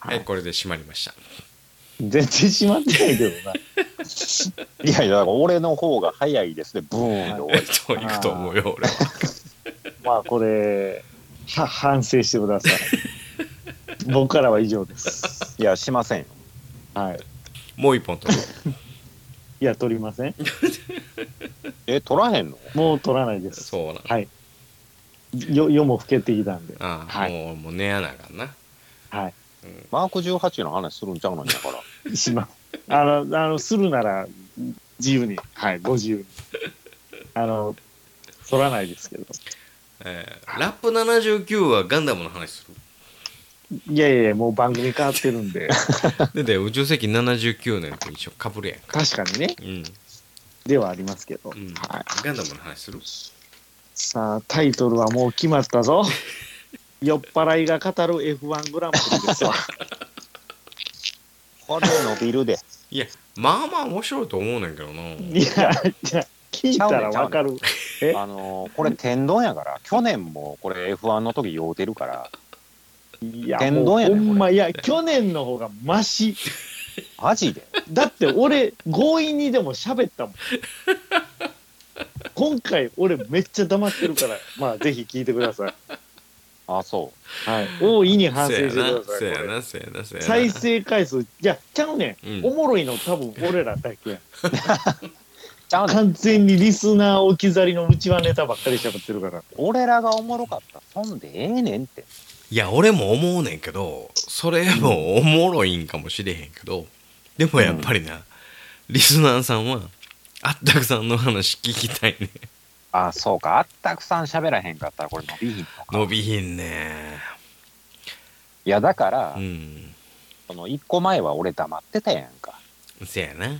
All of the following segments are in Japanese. はい、これで閉まりました。全然閉まってないけど な。いやいや、だから俺の方が早いですね、ブーンと終わえりっと、行くと思うよ、俺は。まあ、これ、は反省してく ださい。僕からは以上です。いや、しませんよ。はい。もう一本取 ろいや、取りません。え、取らへんのもう取らないでう。す。そうな。はい。よ、よも更けてきたんで。ああ、はいもう、もう寝やなあかんな。はマーク18の話するんちゃうのんやから。い。します。あの、あの、するなら、自由に。はい、ご自由に。あの、取らないですけど。えーラップ79はガンダムの話すいやいやいや、もう番組変わってるんで。 る。で、で、宇宙世紀79年と一緒かぶるやんか。確かにね。うん。ではありますけど。うんはい。ガンダムの話するさあ、タイトルはもう決まった ぞ。酔っ払いが語る F1 グランプリですわ。これ伸びるで。いや、まあまあ面白いと思うねんけどな。 いや、じゃあ聞いたらわかる。えあのーこれ天丼やから、去年もこれ F1 の時酔うてるから、いや、天もう丼やほねんこま、いや、去年の方がマシ。マジでだって俺、強引にでも喋ったもん。今回、俺めっちゃ黙ってるから、まあ、ぜひ聞いてください。あ、そはい。大いに反省せしてやくな、ださい。せやこれな、せやな、せやな。再生回数、いや、ちゃうねん。うんおもろいの多分俺らだけや。う。ちゃうねん完全にリスナー置き去りのうちはネタばっかり喋ってるから。俺らがおもろかった。そんでええねんって。いや、俺も思うねんけど、それもおもろいんかもしれへんけど、でもやっぱりな、リスナーさんは、あったくさんの話聞きたいね。あ、そうか。あったくさん喋らへんかったらこれ伸びひんのか。伸びひんねいや、だから、うん。その1個前は俺黙ってたやんか。せやな。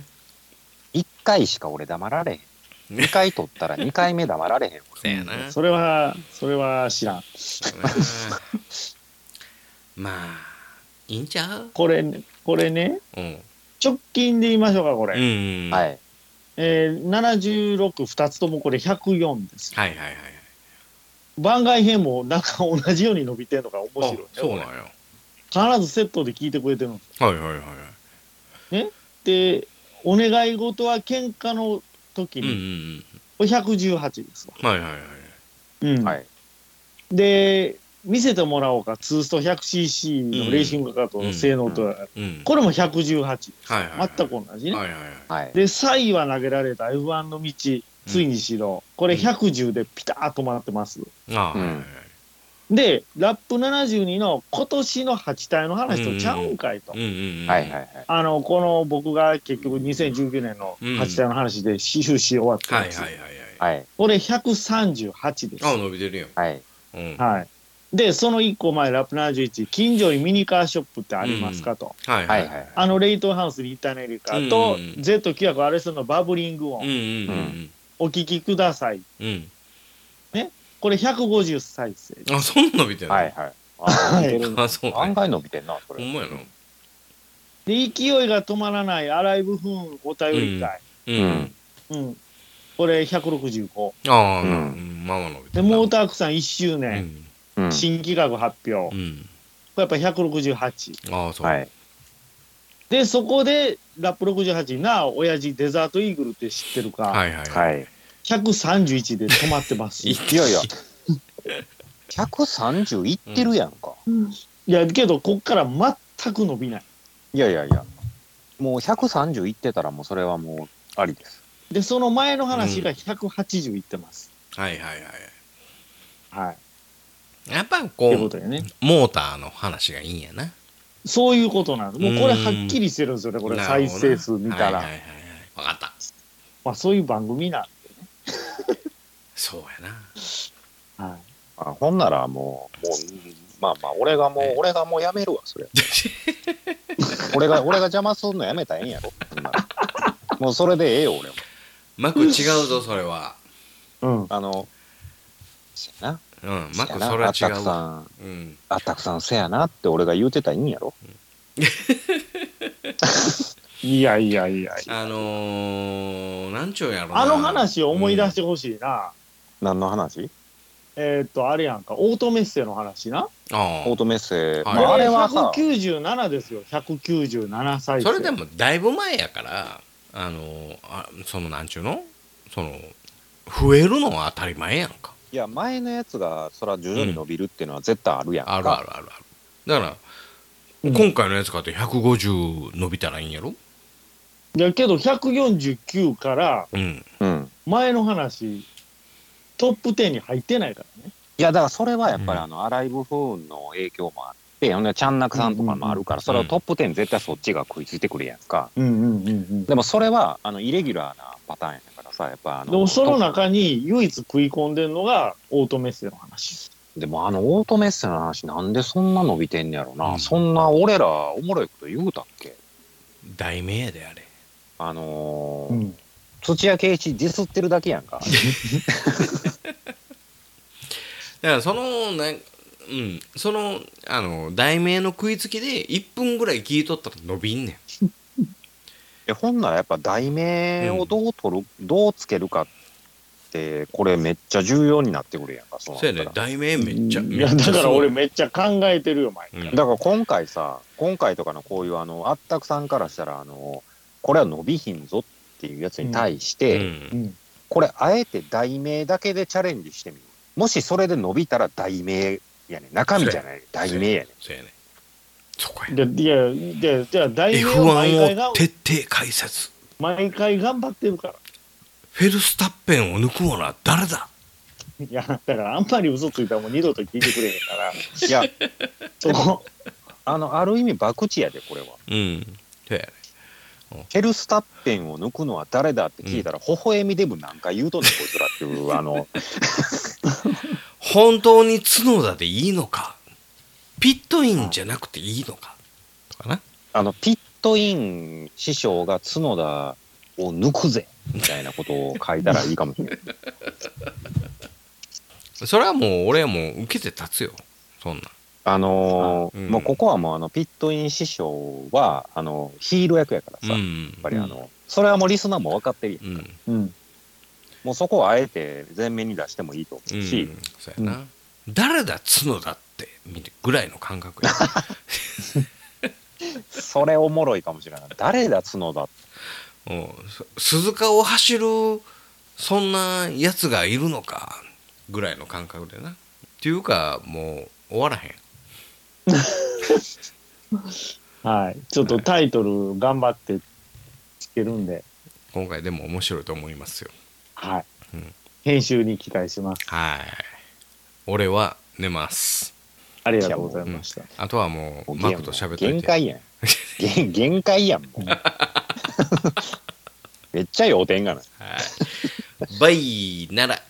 1回しか俺黙られへん。2回取ったら2回目黙られへん。せやな。それは、それは知らん。 まあ、いいんちゃうこれね、これね、うん。直近で言いましょうか、これ。うん。ははいい。えー、76、2つともこれ104です。はいはいはい。番外編もなんか同じように伸びてるのが面白いね、あそうなんこよ。れ必ずセットで聞いてくれてるんですはいはいはいはい。で、お願い事は喧嘩の時うんうに、んこれ118ですわ。うん。はいはいはい。うんはいで、見せてもらおうか、ツースト 100cc のレーシングカートの性能とは、うん。これも118。はいはいはい。全く同じね。はいはいはい。はい。で、3位は投げられた F1 の道、ついに指導。これ110でピターッと止まってます。ああ、うんはいはいはいで、ラップ72の今年の8体の話とちゃうんかいと。うんうんうん。はいはいはい。あの、この僕が結局2019年の8体の話で終始終わってはいまはいす。はいはい。はい。これ138です。ああ、伸びてるよ。はい。うん。はいはい。で、その1個前、ラップ71、近所にミニカーショップってありますかと。はいはいはい。あの、レイトンハウスリータネリカうと、ん Z900RS のバブリング音、うんうんうんお聞きください。うん。これ150再生。うん。あ、そんな伸びてるはいはい。あ伸びてるあ、そう案ね。外伸びてんな、そほれ。んまやな。で、勢いが止まらない、アライブフーンお便り会。うん。うん。これ165。ああ、うんうんまあまあ伸びてで、る。モータークさん1周う年、ん。うん新企画発表。うこん。れやっぱ168。ああ、そう。はい。で、そこで、ラップ68、なあ、親父、デザートイーグルって知ってるか。はいはい。い。はい。 131で止まって ます。いいやいや。130いってるやんか。や、けど、こっから全く伸びない。いやいやいや。もう130いってたらもうそれはもうありです。で、その前の話が180いってます。はいはいはい。はい。やっぱとこいうこう、とでね。モーターの話がいいんやな。そういうことなんです。もうこれうんはっきりしてるんですよね、これなる再ほどな生数見たら。はいはいはいはい。わかった。まあそういう番組なそうやな。ん。はい。あほんならもう、もう、うんまあまあ、俺がもはうい、俺がもうやめるわ、 それ。俺が、俺が邪魔すんのやめたらええんやろ。ほんならもうそれでええよ、俺も。マク違うぞ、それは。うん。あの、せやな。うん、マックそれはせや違なあったくうさわ。ん、うん。あったくさんせやなって俺が言うてたらいいんやろ。いやいやいやいや。あのー、なんちゅうんやろな。あの話を思い出してほしいな。何の話えーっと、あれやんか、オートメッセの話な。あオートメッはセ、いこれまあ、あれはさ、 197ですよ、197歳あそれでもだいぶ前やからあのあそのなんちゅうのその増えるのは当たり前やんかいや、前のやつが、そら徐々に伸びるっていうのは絶対あるやんか。あるあるあるあるだから、うん今回のやつ買って150伸びたらいいんやろだけど149からうんうん。前の話トップ10に入ってないからねいや、だからそれはやっぱり、うんあの、アライブ不運の影響もあって、ほんで、チャンナクさんとかもあるから、それをトップ10絶対そっちが食いついてくるやんか。うんうんうんでもそれは、あの、イレギュラーなパターンやからさ、やっぱあでもの、その中に唯一食い込んでるのがオートメッセの話でもあのオートメッセの話なんでそんな伸びてんねやろな、うんそんな俺らおもろいこと言うたっけ題名やであれあのーん土屋圭一ディスってるだけやんかだからそのなんうんそのあの題名の食いつきで1分ぐらい聞いとったら伸びんねんえほんならやっぱ題名をどう取る、どうつけるかってこれめっちゃ重要になってくるやんかそうなっそうやたねら題名めっちゃいめやっちゃだから俺すめっちゃ考えてるよ前ごいうんだから今回さ今回とかのこういうあのあったくさんからしたらあのこれは伸びひんぞっていうやつに対して、うんんこれあえて題名だけでチャレンジしてみるもしそれで伸びたら題名やね中身じゃない題名やねそうやねそこやでいやでじゃあ大名を毎回 F1 がを徹底解説毎回頑張ってるからフェルスタッペンを抜く者は誰だいやだからあんまり嘘ついたらもう二度と聞いてくれへん からいやそこ あのある意味博打やでこれはうんそうやねケルスタッペンを抜くのは誰だって聞いたら、微笑みデブなんか言うとんねんこいつらっていうあの本当に角田でいいのかピットインじゃなくていいのかとかなあのピットイン師匠が角田を抜くぜみたいなことを書いたらいいかもしれないそれはもう俺はもう受けて立つよそんなんあのーうんもうここはもうあのピットイン師匠はあのヒール役やからさ、うやっんぱりあの、それはもうリスナーも分かってるやんうんうんもうそこをあえて前面に出してもいいと思ううんし、そうやな、誰だ角田ってみたいぐらいの感覚 やそれおもろいかもしれない。誰だ、角田うんそ鈴鹿を走るそんなやつがいるのかぐらいの感覚でなっていうかもう終わらへんはいちょっとタイトル頑張ってつけるんで今回でも面白いと思いますよはい、うん編集に期待しますはい俺は寝ますありがとうございました。あとはもうマクと喋っとい限て 界やん。限限界やん、もう。めっちゃ要点がない。はい、バイなら